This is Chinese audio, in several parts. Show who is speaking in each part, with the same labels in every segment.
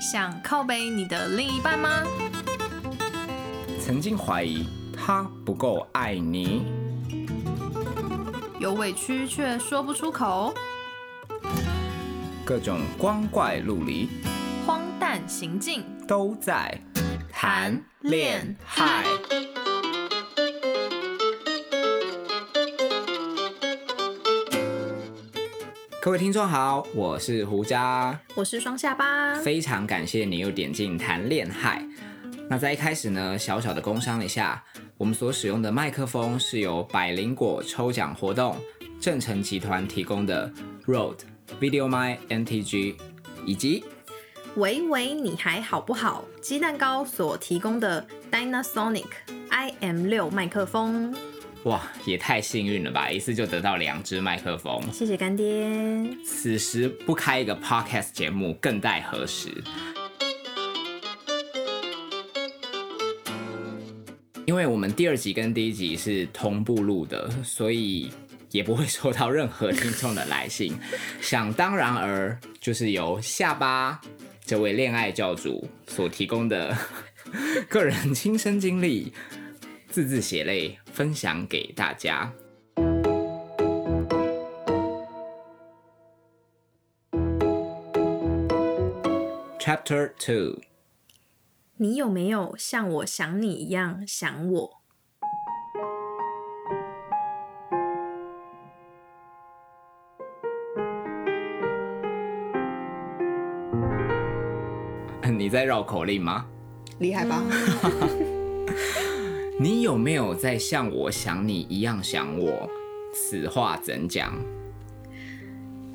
Speaker 1: 想靠背你的另一半吗？
Speaker 2: 曾经怀疑他不够爱你，
Speaker 1: 有委屈却说不出口，
Speaker 2: 各种光怪陆离
Speaker 1: 荒诞行径，
Speaker 2: 都在
Speaker 1: 谈恋
Speaker 2: 爱。各位听众好，我是胡佳，
Speaker 1: 我是双下巴。
Speaker 2: 非常感谢你又点进谈恋爱。那在一开始呢，小小的工商一下，我们所使用的麦克风是由百灵果抽奖活动正成集团提供的 Rode VideoMic NTG，以及
Speaker 1: 喂喂，你还好不好？鸡蛋糕所提供的 Dynasonic IM 六麦克风，
Speaker 2: 哇，也太幸运了吧！一次就得到两支麦克风，
Speaker 1: 谢谢干爹。
Speaker 2: 此时不开一个 podcast 节目更待何时？因为我们第二集跟第一集是同步录的，所以也不会收到任何听众的来信。想当然而就是由下巴这位恋爱教主所提供的 个人亲身经历，字字血泪分享给大家。Chapter Two，
Speaker 1: 你有没有像我想你一样想我？
Speaker 2: 你在绕口令吗？
Speaker 3: 厉害吧？
Speaker 1: 嗯
Speaker 2: 你有没有在像我想你一样想我？此话怎讲？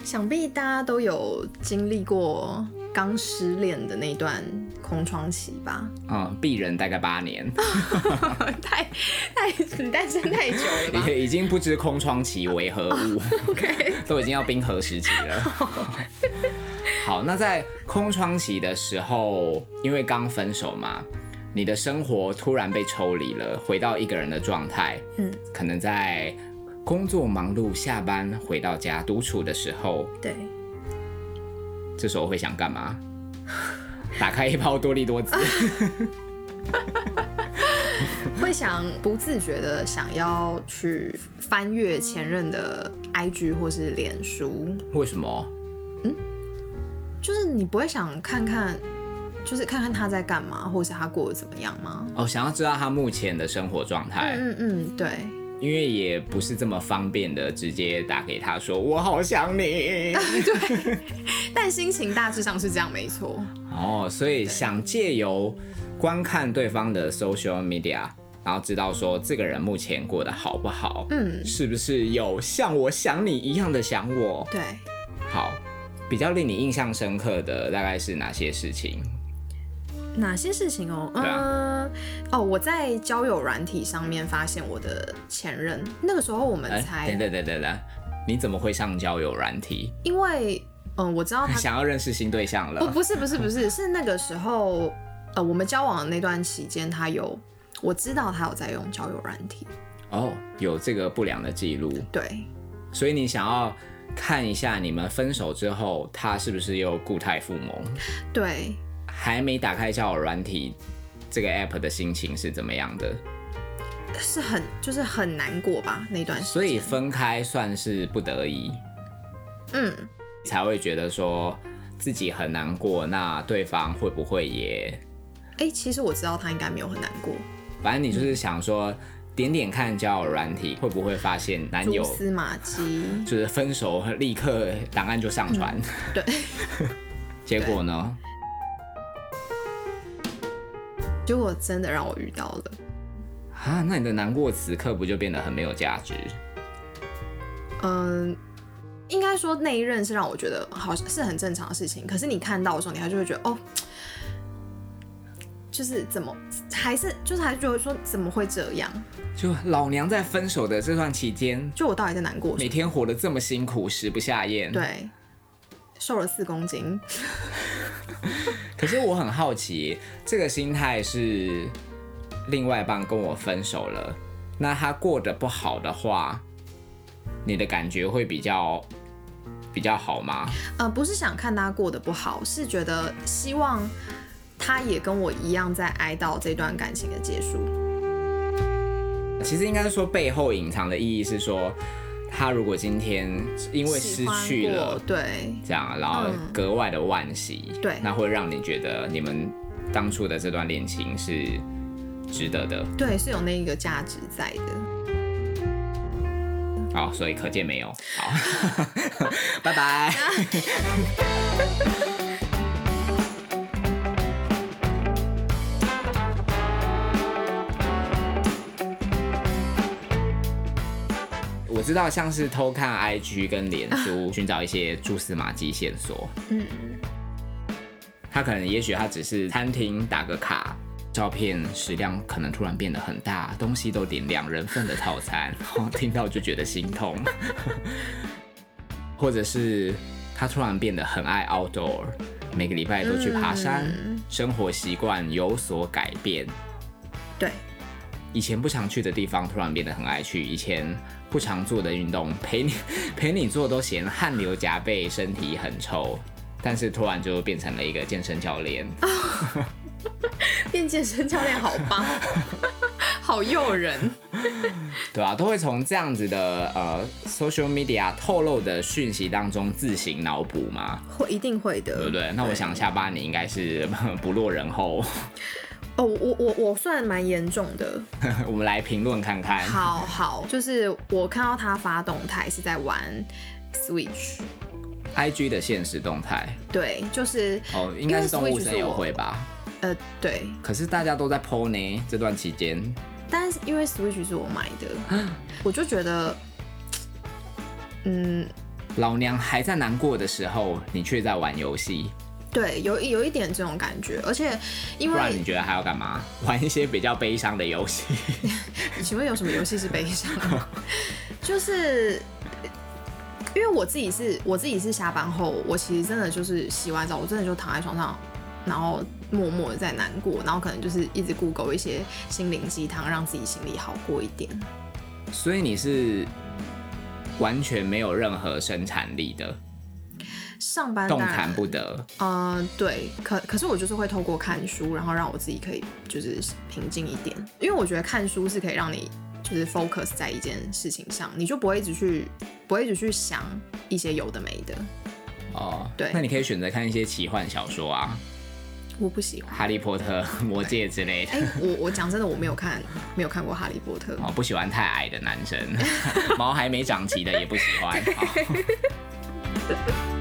Speaker 3: 想必大家都有经历过刚失恋的那段空窗期吧？
Speaker 2: 嗯，鄙人大概八年，
Speaker 3: 太太你单身太久了 吧
Speaker 2: 也已经不知空窗期为何物，
Speaker 3: ？OK，
Speaker 2: 都已经要冰河时期了。好，那在空窗期的时候，因为刚分手嘛，你的生活突然被抽离了，回到一个人的状态。
Speaker 3: 嗯，
Speaker 2: 可能在工作忙碌、下班回到家独处的时候，
Speaker 3: 对，
Speaker 2: 这时候会想干嘛？打开一包多利多滋。
Speaker 3: 会想不自觉的想要去翻阅前任的 IG 或是脸书，
Speaker 2: 为什么？
Speaker 3: 就是你不会想看看，就是看看他在干嘛，或是他过得怎么样吗？
Speaker 2: 哦，想要知道他目前的生活状态，
Speaker 3: 嗯嗯，对，
Speaker 2: 因为也不是这么方便的直接打给他说我好想 你
Speaker 3: 但心情大致上是这样，没错。
Speaker 2: 哦，所以想借由观看对方的 social media，然后知道说这个人目前过得好不好，
Speaker 3: 嗯，
Speaker 2: 是不是有像我想你一样的想我？
Speaker 3: 对。
Speaker 2: 好，比较令你印象深刻的大概是哪些事情？
Speaker 3: 哪些事情哦？嗯、
Speaker 2: 对
Speaker 3: 哦，我在交友软体上面发现我的前任，那个时候我们才，
Speaker 2: 哎等等等等等，你怎么会上交友软体？
Speaker 3: 因为嗯、我知道他，
Speaker 2: 想要认识新对象
Speaker 3: 不
Speaker 2: 了？
Speaker 3: 哦不是不是不是，是那个时候，呃，我们交往的那段期间，他有，我知道他有在用交友软体，
Speaker 2: 哦，有这个不良的记录。
Speaker 3: 对，
Speaker 2: 所以你想要看一下你们分手之后，他是不是又固态复萌？
Speaker 3: 对，
Speaker 2: 还没打开交友软体这个 app 的心情是怎么样的？
Speaker 3: 是很就是很难过吧那段时
Speaker 2: 所
Speaker 3: 间，
Speaker 2: 以分开算是不得已，
Speaker 3: 嗯，
Speaker 2: 才会觉得说自己很难过。那对方会不会也？
Speaker 3: 哎、其实我知道他应该没有很难过，
Speaker 2: 反正你就是想说，点点看交友软体会不会发现男
Speaker 3: 蛛
Speaker 2: 友
Speaker 3: 丝马迹，
Speaker 2: 就是分手立刻档案就上传，
Speaker 3: 嗯对。
Speaker 2: 结果呢？
Speaker 3: 结果真的让我遇到了。
Speaker 2: 啊，那你的难过此刻不就变得很没有价值？
Speaker 3: 嗯，应该说那一任是让我觉得好像是很正常的事情，可是你看到的时候，你还就会觉得哦，就是怎么还是就是还是觉得说怎么会这样？
Speaker 2: 就老娘在分手的这段期间，
Speaker 3: 就我到底在难过什
Speaker 2: 每
Speaker 3: 么？
Speaker 2: 天活得这么辛苦，食不下咽。，
Speaker 3: 对，瘦了四公斤，
Speaker 2: 可是我很好奇，这个心态是另外一半跟我分手了，那他过得不好的话，你的感觉会比较比较好吗？
Speaker 3: 呃，不是想看他过得不好，是觉得希望他也跟我一样在哀悼这段感情的结束。
Speaker 2: 其实应该是说背后隐藏的意义是说，他如果今天因为失
Speaker 3: 喜欢
Speaker 2: 去
Speaker 3: 过
Speaker 2: 了
Speaker 3: 对，
Speaker 2: 这样，然后
Speaker 3: 嗯
Speaker 2: 格外的惋惜，
Speaker 3: 对
Speaker 2: 那会让你觉得你们当初的这段恋情是值得的。
Speaker 3: 对，是有那一个价值在的。
Speaker 2: 好，所以可见没有。好， 拜拜。我知道，像是偷看 IG 跟脸书，寻找一些蛛丝马迹线索。
Speaker 3: 嗯，
Speaker 2: 他可能，也许他只是餐厅打个卡，照片食量可能突然变得很大，东西都点两人份的套餐， 哦听到就觉得心痛。 或者是他突然变得很爱 outdoor，每个礼拜都去爬山，生活习惯有所改变，
Speaker 3: 对，
Speaker 2: 以前不常去的地方突然变得很爱去，以前不常做的运动陪你 陪你做都嫌汗流浃背，身体很臭，但是突然就变成了一个健身教 练。
Speaker 3: 变健身教练好 棒，好诱人。
Speaker 2: 对啊，都会从这样子的呃 social media 透露的讯息当中自行脑补嘛，
Speaker 3: 会一定会的，
Speaker 2: 对不嗯对？那我想下巴你应该是 不落人后，
Speaker 3: 哦，我我我算蛮严重的。
Speaker 2: 我们来评论看看。
Speaker 3: 好好，就是我看到他发动态是在玩 Switch，
Speaker 2: IG 的现实动态
Speaker 3: 对，就是
Speaker 2: 哦，应该是动物森友会吧？
Speaker 3: 呃对，
Speaker 2: 可是大家都在 PO 呢，这段期间
Speaker 3: 但是因为 Switch 是我买
Speaker 2: 啊
Speaker 3: 的，我就觉得，嗯，
Speaker 2: 老娘还在难过的时候，你却在玩游戏，
Speaker 3: 对，有一有一点这种感觉，而且因
Speaker 2: 不然
Speaker 3: 为
Speaker 2: 你觉得还要干嘛？玩一些比较悲伤的游 戏？
Speaker 3: 请问有什么游戏是悲 伤的？就是。因为我自己是，我自己是下班后，我其实真的就是洗完澡，我真的就躺在床上，然后默默的在难过，然后可能就是一直 Google 一些心灵鸡汤，让自己心里好过一点。
Speaker 2: 所以你是完全没有任何生产力的，
Speaker 3: 上班
Speaker 2: 动
Speaker 3: 当然
Speaker 2: 弹不得。
Speaker 3: 嗯，对，可可是我就是会透过看书，然后让我自己可以就是平静一点，因为我觉得看书是可以让你就是 focus 在一件事情上，你就不会一直去不会一直去想一些有的没的。
Speaker 2: 哦，
Speaker 3: 对
Speaker 2: 那你可以选择看一些奇幻小 说啊，
Speaker 3: 我不喜
Speaker 2: 《
Speaker 3: 欢。
Speaker 2: 哈利波特》《魔戒》之类的
Speaker 3: 哎。、我我讲真的，我没有看没有看过《哈利波特》
Speaker 2: 哦，不喜欢太矮的男 生，毛还没长齐的也不喜欢。哦好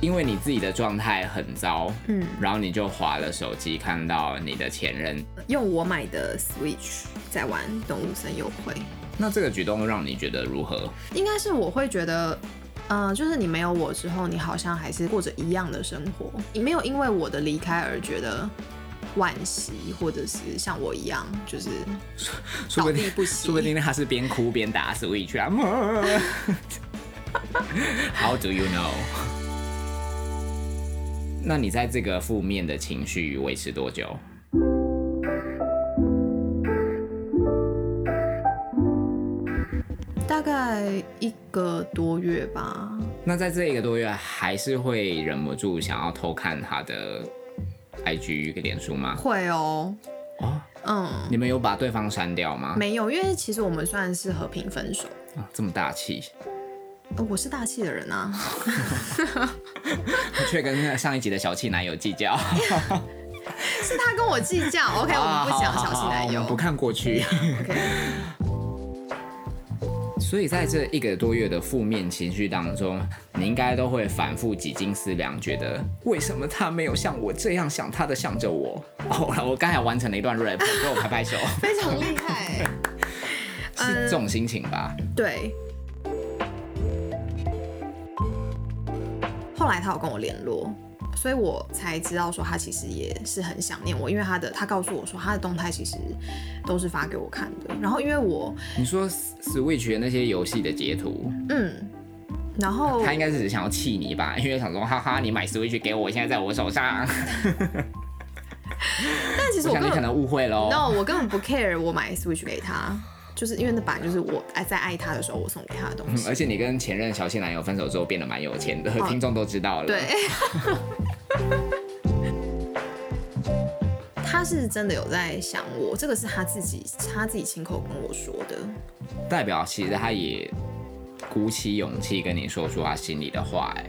Speaker 2: 因为你自己的状态很糟，
Speaker 3: 嗯，
Speaker 2: 然后你就划了手机，看到你的前任，
Speaker 3: 用我买的 Switch 在玩《动物森友会》，
Speaker 2: 那这个举动让你觉得如何？
Speaker 3: 应该是我会觉得，呃，就是你没有我之后，你好像还是过着一样的生活，你没有因为我的离开而觉得惋惜，或者是像我一样，就是
Speaker 2: 说
Speaker 3: 倒
Speaker 2: 不
Speaker 3: 地
Speaker 2: 定，
Speaker 3: 不
Speaker 2: 说不
Speaker 3: 起。
Speaker 2: 定他是边哭边打 Switch 啊。How do you know？那你在这个负面的情绪维持多久？
Speaker 3: 大概一个多月吧，
Speaker 2: 那在这一个多月，还是会忍不住想要偷看他的 IG 跟脸书吗？
Speaker 3: 会哦，
Speaker 2: 哦，
Speaker 3: 嗯，
Speaker 2: 你们有把对方删掉吗？
Speaker 3: 没有，因为其实我们算是和平分手。
Speaker 2: 啊，这么大气，
Speaker 3: 呃我是大气的人啊，
Speaker 2: 却跟上一集的小气男友计较。
Speaker 3: 是他跟我计较。OK，我
Speaker 2: 啊
Speaker 3: 们不讲
Speaker 2: 好
Speaker 3: 小
Speaker 2: 好
Speaker 3: 气
Speaker 2: 好
Speaker 3: 男
Speaker 2: 我
Speaker 3: 友
Speaker 2: 们。不看 过去。
Speaker 3: OK，
Speaker 2: 所以在这一个多月的负面情绪当中，你应该都会反复几经思量，觉得为什么他没有像我这样想他的想着我？ 哦，我刚才完成了一段 rap，给我拍拍手，
Speaker 3: 非常厉害。
Speaker 2: 是这种心情吧？
Speaker 3: 对。后来他有跟我联络，所以我才知道说他其实也是很想念我，因为他的他告诉我说他的动态其实都是发给我看的。然后因为我
Speaker 2: 你说 Switch 的那些游戏的截图，
Speaker 3: 嗯，然后
Speaker 2: 他应该是只是想要气你吧？因为想说，哈哈，你买 Switch 给我，现在在我手上，
Speaker 3: 但其实我
Speaker 2: 我想
Speaker 3: 根
Speaker 2: 你可
Speaker 3: 本
Speaker 2: 能误会喽。哦
Speaker 3: no，我根本不 care 我买 Switch 给他，就是因为那本来就是我爱在爱他的时候我送给他的东
Speaker 2: 嗯
Speaker 3: 西。
Speaker 2: 而且你跟前任小谢男友分手之后变得蛮有钱的，听众都知道了。
Speaker 3: 对， 他是真的有在想我，这个是他自己他自己亲口跟我说的。
Speaker 2: 代表其实他也鼓起勇气跟你说出他心里的话、哎，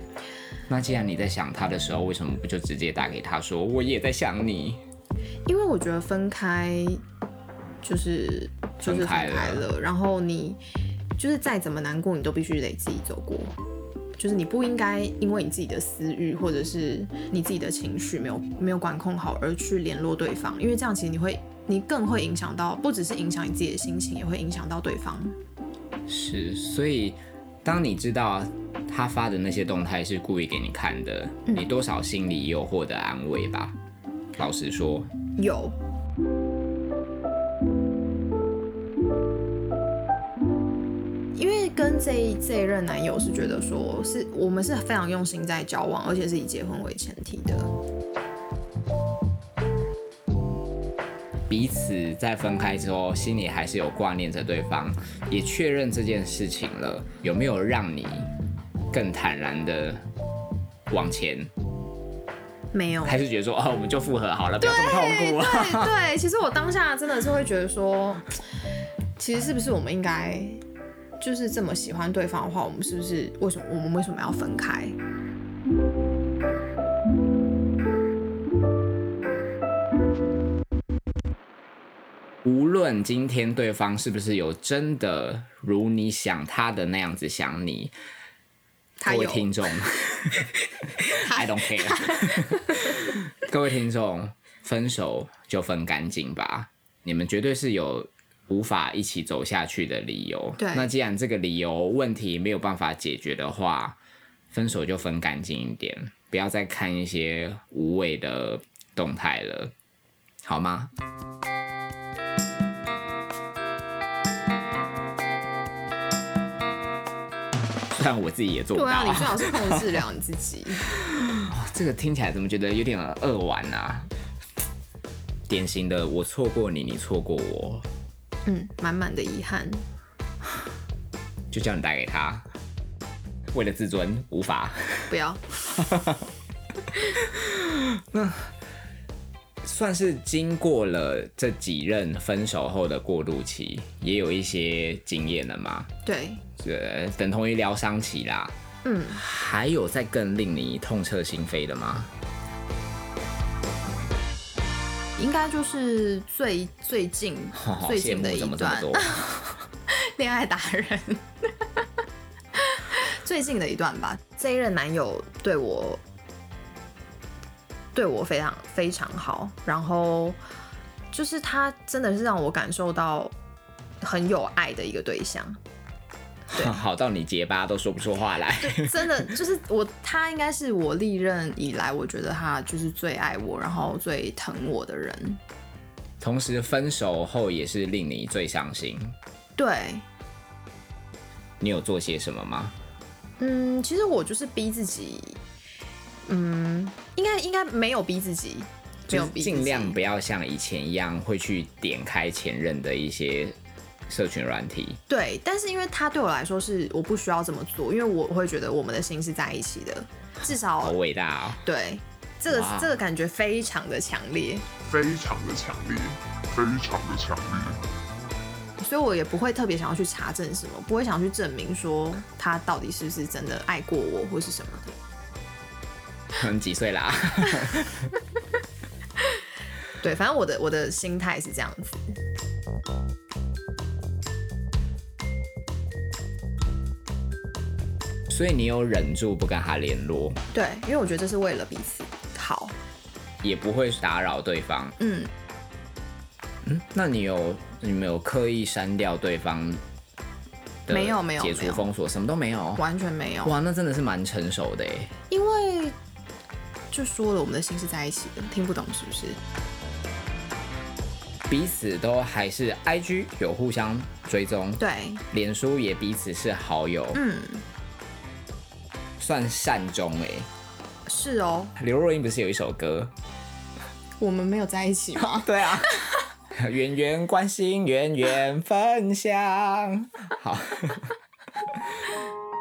Speaker 2: 那既然你在想他的时候，为什么不就直接打给他说我也在想你？
Speaker 3: 因为我觉得分开就是就是
Speaker 2: 分
Speaker 3: 分
Speaker 2: 开
Speaker 3: 开
Speaker 2: 了
Speaker 3: 了，然后你就是再怎么难过，你都必须得自己走过。就是你不应该因为你自己的私欲或者是你自己的情绪没有没有管控好而去联络对方，因为这样其实你会你更会影响到，不只是影响你自己的心情，也会影响到对方。
Speaker 2: 是，所以当你知道他发的那些动态是故意给你看的，你多少心里也有获得安慰吧？老实说，
Speaker 3: 有，因为跟这一这一任男友是觉得说是我们是非常用心在交往，而且是以结婚为前提的。
Speaker 2: 彼此在分开之后，心里还是有挂念着对方，也确认这件事情了，有没有让你更坦然的往前？
Speaker 3: 没有，
Speaker 2: 还是觉得说，哦，我们就复合好了，不要这么痛苦
Speaker 3: 对
Speaker 2: 啊？
Speaker 3: 对，其实我当下真的是会觉得说，其实是不是我们应该就是这么喜欢对方的话，我们是不是为什么我们为什么要分开？
Speaker 2: 无论今天对方是不是有真的如你想他的那样子想你，
Speaker 3: 他
Speaker 2: 各位
Speaker 3: 有，
Speaker 2: 听众，I don't care，各位听众，分手就分干净吧，你们绝对是有无法一起走下去的理由。
Speaker 3: 对
Speaker 2: 那既然这个理由问题没有办法解决的话，分手就分干净一点，不要再看一些无谓的动态了，好吗？
Speaker 3: 啊
Speaker 2: 虽然我自己也做不
Speaker 3: 对
Speaker 2: 到，
Speaker 3: 啊，你最好是控制了你自己。
Speaker 2: 这个听起来怎么觉得有点恶玩啊？典型的我错过你，你错过我，
Speaker 3: 嗯，满满的遗憾。
Speaker 2: 就叫你打给他。为了自尊，无法。
Speaker 3: 不要，
Speaker 2: 算是经过了这几任分手后的过渡期，也有一些经验了嘛，
Speaker 3: 对，
Speaker 2: 这等同于疗伤期啦。
Speaker 3: 嗯，
Speaker 2: 还有再更令你痛彻心扉的吗？
Speaker 3: 应该就是最最近最
Speaker 2: 羡
Speaker 3: 近的
Speaker 2: 慕
Speaker 3: 一
Speaker 2: 怎么这么
Speaker 3: 段
Speaker 2: 多
Speaker 3: 恋爱达人， 最近的一段吧。这一任男友对我对我非常非常好，然后就是他真的是让我感受到很有爱的一个对象。
Speaker 2: 好到你结巴都说不出话来。
Speaker 3: 真 的就是我，他应该是我历任以来，我觉得他就是最爱我，然后最疼我的人。
Speaker 2: 同时，分手后也是令你最伤心。
Speaker 3: 对，
Speaker 2: 你有做些什么吗？
Speaker 3: 嗯，其实我就是逼自己，嗯，应该应该没有逼自己，没
Speaker 2: 就
Speaker 3: 有
Speaker 2: 是
Speaker 3: 逼自己
Speaker 2: 尽量不要像以前一样会去点开前任的一些社群软体。
Speaker 3: 对，但是因为他对我来说是我不需要这么做，因为我会觉得我们的心是在一起的，至
Speaker 2: 好
Speaker 3: 少
Speaker 2: 伟大哦！
Speaker 3: 对这个
Speaker 2: 哇哦
Speaker 3: 这个感觉非常的强烈，
Speaker 4: 非常的强烈，非常的强烈。
Speaker 3: 所以我也不会特别想要去查证什么，不会想去证明说他到底是不是真的爱过我或是什么的。
Speaker 2: 你几岁啦、啊
Speaker 3: 对，反正我的我的心态是这样子。
Speaker 2: 所以你有忍住不跟他联络，
Speaker 3: 对，因为我觉得这是为了彼此好。
Speaker 2: 也不会打扰对方。
Speaker 3: 嗯，
Speaker 2: 那你有你没有刻意删掉对方的？
Speaker 3: 没有没有
Speaker 2: 解
Speaker 3: 没
Speaker 2: 除
Speaker 3: 有
Speaker 2: 封锁什么都没有。
Speaker 3: 完全没有。
Speaker 2: 哇，那真的是蛮成熟的哎。
Speaker 3: 因为就说了，我们的心是在一起的，听不懂是不是？
Speaker 2: 彼此都还是 IG 有互相追踪，
Speaker 3: 对，
Speaker 2: 脸书也彼此是好友，
Speaker 3: 嗯，
Speaker 2: 算善终哎。
Speaker 3: 是哦，
Speaker 2: 刘若英不是有一首歌？
Speaker 3: 我们没有在一起吗
Speaker 2: 哦？对啊， 圆圆关心，圆圆分享。好，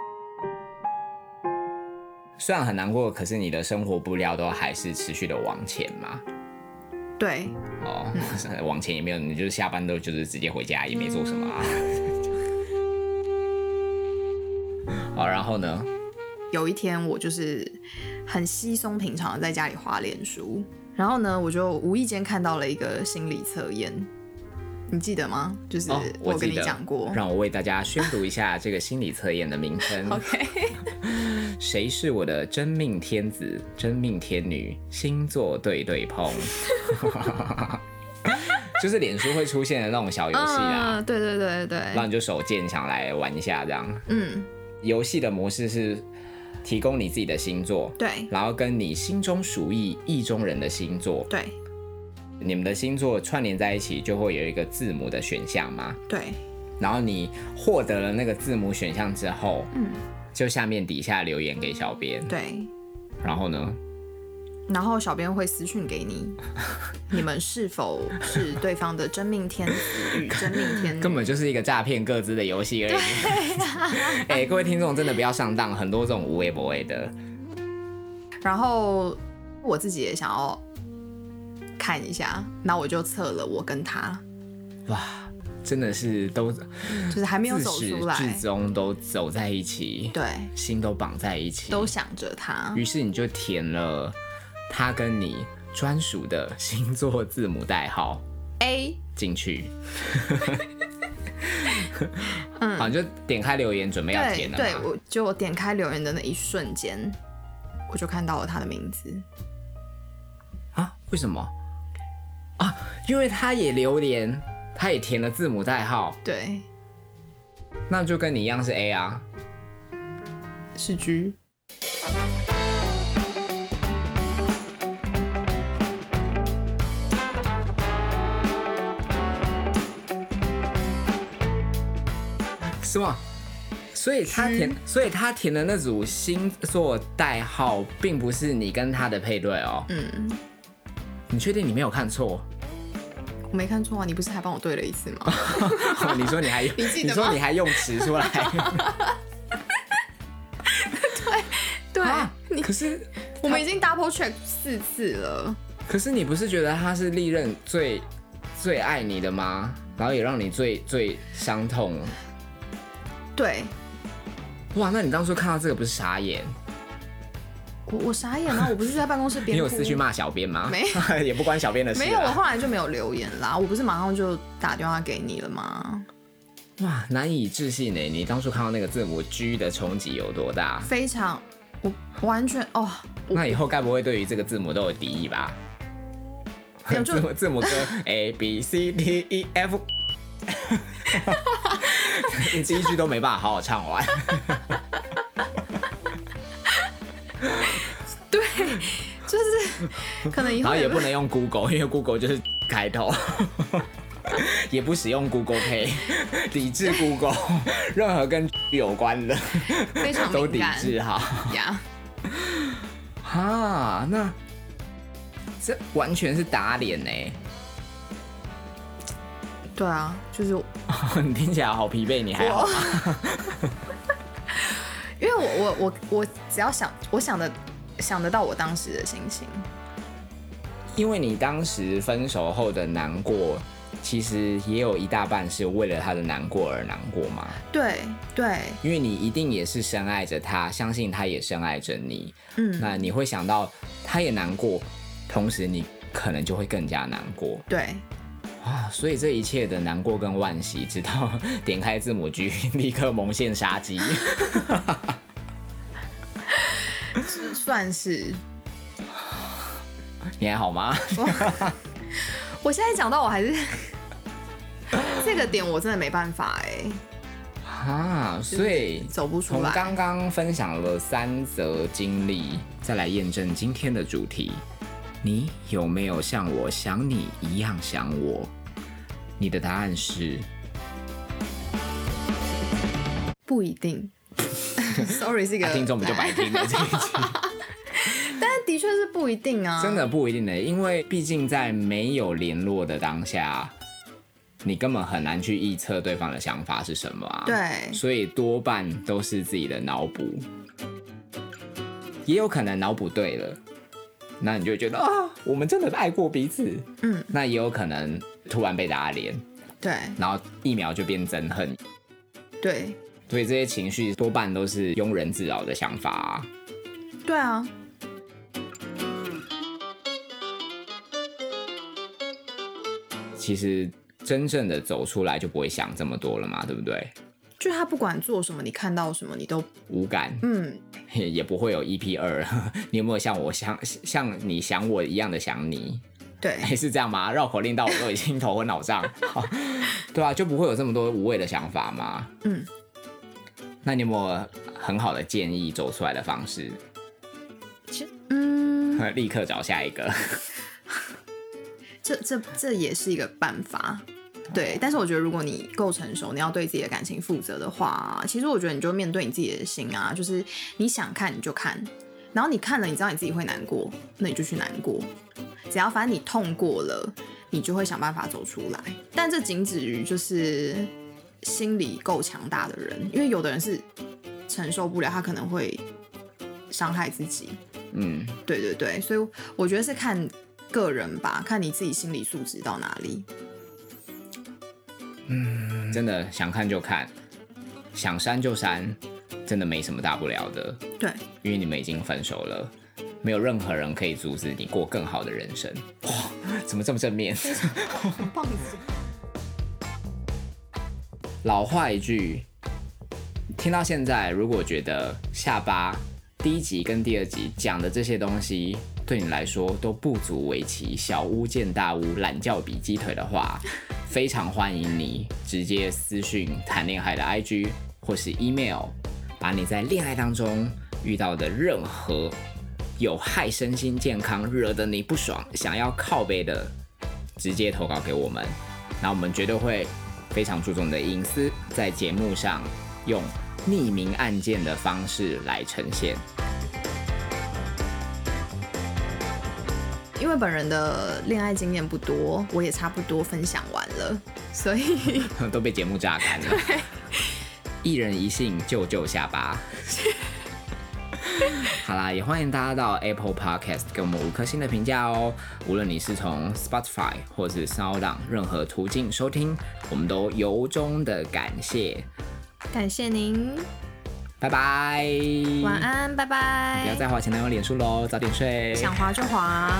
Speaker 2: 虽然很难过，可是你的生活步调都还是持续的往前嘛。
Speaker 3: 对，
Speaker 2: 哦， 往前也没有，你就是下班都就是直接回家，也没做什么啊。 好，然后呢？
Speaker 3: 有一天我就是很稀松平常的在家里滑脸书，然后呢，我就无意间看到了一个心理测验，你记得吗？就是
Speaker 2: 哦，
Speaker 3: 我
Speaker 2: 记
Speaker 3: 跟你
Speaker 2: 得
Speaker 3: 讲过。
Speaker 2: 让我为大家宣读一下这个心理测验的名称。
Speaker 3: OK，
Speaker 2: 谁是我的真命天子、真命天女？星座对对碰， 就是脸书会出现的那种小游 戏啊，
Speaker 3: 嗯，对对对对
Speaker 2: 然后
Speaker 3: 对，
Speaker 2: 你就手贱想来玩一下这样。
Speaker 3: 嗯，
Speaker 2: 游戏的模式是提供你自己的星座，
Speaker 3: 对
Speaker 2: 然后跟你心中属意意中人的星座，
Speaker 3: 对
Speaker 2: 你们的星座串联在一起就会有一个字母的选项嘛。
Speaker 3: 对，
Speaker 2: 然后你获得了那个字母选项之后，
Speaker 3: 嗯，
Speaker 2: 就下面底下留言给小编，
Speaker 3: 对。
Speaker 2: 然后呢？
Speaker 3: 然后小编会私讯给 你，你们是否是对方的真命天子与真命天女？
Speaker 2: 根本就是一个诈骗各自的游戏而已。
Speaker 3: 啊
Speaker 2: 哎、各位听众真的不要上当，很多这种无微不微的。
Speaker 3: 然后我自己也想要看一下，那我就测了我跟他，
Speaker 2: 哇，真的是都
Speaker 3: 就是还没有
Speaker 2: 自
Speaker 3: 走
Speaker 2: 始
Speaker 3: 出来
Speaker 2: 至，终都走在一起，
Speaker 3: 对，
Speaker 2: 心都绑在一起，
Speaker 3: 都想着他
Speaker 2: 于，是你就填了他跟你专属的星座字母代号
Speaker 3: 哎
Speaker 2: A 进去。好，你就点开留言，准备要
Speaker 3: 对
Speaker 2: 填了
Speaker 3: 嗯对，
Speaker 2: 嘛。
Speaker 3: 我就我点开留言的那一瞬间，我就看到了他的名字，
Speaker 2: 啊？为什么？啊，因为他也留言，他也填了字母代号，
Speaker 3: 对，
Speaker 2: 那就跟你一样是 A 啊。
Speaker 3: 是 G，
Speaker 2: 什么？所以他
Speaker 3: 嗯
Speaker 2: 填，所以他填的那组星座代号，并不是你跟他的配对哦。
Speaker 3: 嗯，
Speaker 2: 你确定你没有 看错？
Speaker 3: 我没看错啊，你不是还帮我对了一次吗？
Speaker 2: 哦你说你还用，
Speaker 3: 你记得吗
Speaker 2: 说你还用词出来？
Speaker 3: 对，
Speaker 2: 啊
Speaker 3: 你
Speaker 2: 可是，
Speaker 3: 我们已经 double check 四次了，
Speaker 2: 可是你不是觉得他是历任最最爱你的吗？然后也让你最最伤痛。
Speaker 3: 对
Speaker 2: 哇，那你当初看到这个不是傻眼？
Speaker 3: 我我傻眼了，我不是在办公室边
Speaker 2: 你有
Speaker 3: 哭
Speaker 2: 私去骂小编吗？
Speaker 3: 没，
Speaker 2: 也不关小编的事、啊。
Speaker 3: 没有，我后来就没有留言啦。我不是马上就打电话给你了吗？
Speaker 2: 哇，难以置信呢！你当初看到那个字母 G 的冲击有多大？
Speaker 3: 非常，我完全哦，
Speaker 2: 那以后该不会对于这个字母都有敌意吧？
Speaker 3: 没有就
Speaker 2: 字母字母哥 A B C D E F，你第一句都没办法好好唱完。
Speaker 3: 对，就是 可能以
Speaker 2: 然
Speaker 3: 后
Speaker 2: 后也
Speaker 3: 也
Speaker 2: 不能用 Google，因为 Google 就是开头， 也不使用 Google Pay，抵 制 Google，任 何跟有关的
Speaker 3: 非常
Speaker 2: 都
Speaker 3: 敏
Speaker 2: 抵
Speaker 3: 感
Speaker 2: 制啊哈。
Speaker 3: 呀。
Speaker 2: 哈，那这完全是打脸呢、
Speaker 3: 对啊，就是我
Speaker 2: 你听起来好疲惫，你还好？
Speaker 3: 因为我我我我只要想，我想的想得到我当时的心情，
Speaker 2: 因为你当时分手后的难过，其实也有一大半是为了他的难过而难过嘛。
Speaker 3: 对对，
Speaker 2: 因为你一定也是深爱着他，相信他也深爱着你，
Speaker 3: 嗯，
Speaker 2: 那你会想到他也难过，同时你可能就会更加难过
Speaker 3: 对
Speaker 2: 啊。所以这一切的难过跟惋惜，直到 点开字母 G，立刻萌现杀机。
Speaker 3: 算是。
Speaker 2: 你还好吗？
Speaker 3: 我现在讲到我还是 这个点，我真的没办法哎、
Speaker 2: 啊，所以
Speaker 3: 走不出
Speaker 2: 从
Speaker 3: 来
Speaker 2: 刚刚分享了三则经历，再来验证今天的主题：你有没有像我想你一样想我？你的答案是
Speaker 3: 不一定。Sorry，是一个
Speaker 2: 啊，听众不就 白听了这一集？
Speaker 3: 但的确是不一定啊，
Speaker 2: 真的不一定的，因为毕竟在没有联络的当下，你根本很难去预测对方的想法是什么啊。
Speaker 3: 对
Speaker 2: 所以多半都是自己的脑补，也有可能脑补对了，那你就会觉得啊，我们真的爱过彼此。
Speaker 3: 嗯，
Speaker 2: 那也有可能突然被打脸，
Speaker 3: 对
Speaker 2: 然后一秒就变憎恨，
Speaker 3: 对
Speaker 2: 所以这些情绪多半都是庸人自扰的想法、啊。
Speaker 3: 对啊，
Speaker 2: 其实真正的走出来就不会想这么多了嘛，对不对？
Speaker 3: 就他不管做什么，你看到什么，你都
Speaker 2: 无感
Speaker 3: 嗯，
Speaker 2: 也也不会有 EP 二。 你有没有像我想像你想我一样的想你？
Speaker 3: 对
Speaker 2: 哎、是这样吗？绕口令到我都已经头昏脑胀， 好对啊，就不会有这么多无谓的想法嘛。
Speaker 3: 嗯，
Speaker 2: 那你有没有很好的建议走出来的方式？
Speaker 3: 嗯，
Speaker 2: 立刻找下一个。
Speaker 3: 这这这也是一个办法。对，但是我觉得如果你够成熟，你要对自己的感情负责的话，其实我觉得你就面对你自己的心啊，就是你想看你就看，然后你看了，你知道你自己会难过，那你就去难过。只要反正你痛过了，你就会想办法走出来。但这仅止于就是心理够强大的人，因为有的人是承受不了，他可能会伤害自己。
Speaker 2: 嗯，
Speaker 3: 对对对，所以我觉得是看个人吧，看你自己心理素质到哪里。
Speaker 2: 真的想看就看，想删就删，真的没什么大不了的，
Speaker 3: 对，
Speaker 2: 因为你们已经分手了。没有任何人可以阻止你过更好的人生。哇，怎么这么正面？
Speaker 3: 很棒
Speaker 2: 老话一句，听到现在，如果觉得下巴第一集跟第二集讲的这些东西对你来说都不足为奇，小巫见大巫，懒觉比鸡腿的话，非常欢迎你直接私讯谈恋爱的 IG 或是 email，把你在恋爱当中遇到的任何有害身心健康、惹得你不爽、想要靠背的，直接投稿给我们。那我们绝对会非常注重你的隐私，在节目上用匿名案件的方式来呈现。
Speaker 3: 因为本人的恋爱经验不多，我也差不多分享完了，所以
Speaker 2: 都被节目榨干了。一人一信，救救下 巴。好啦，也欢迎大家到 Apple Podcast 给我们五颗星的评价哦。无论你是从 Spotify 或是 Sound On 任何途径收听，我们都由衷的感谢。
Speaker 3: 感谢您，
Speaker 2: 拜拜，
Speaker 3: 晚安，拜
Speaker 2: 不要
Speaker 3: 拜。
Speaker 2: 再花钱男友脸书喽，早点睡。
Speaker 3: 想滑就滑。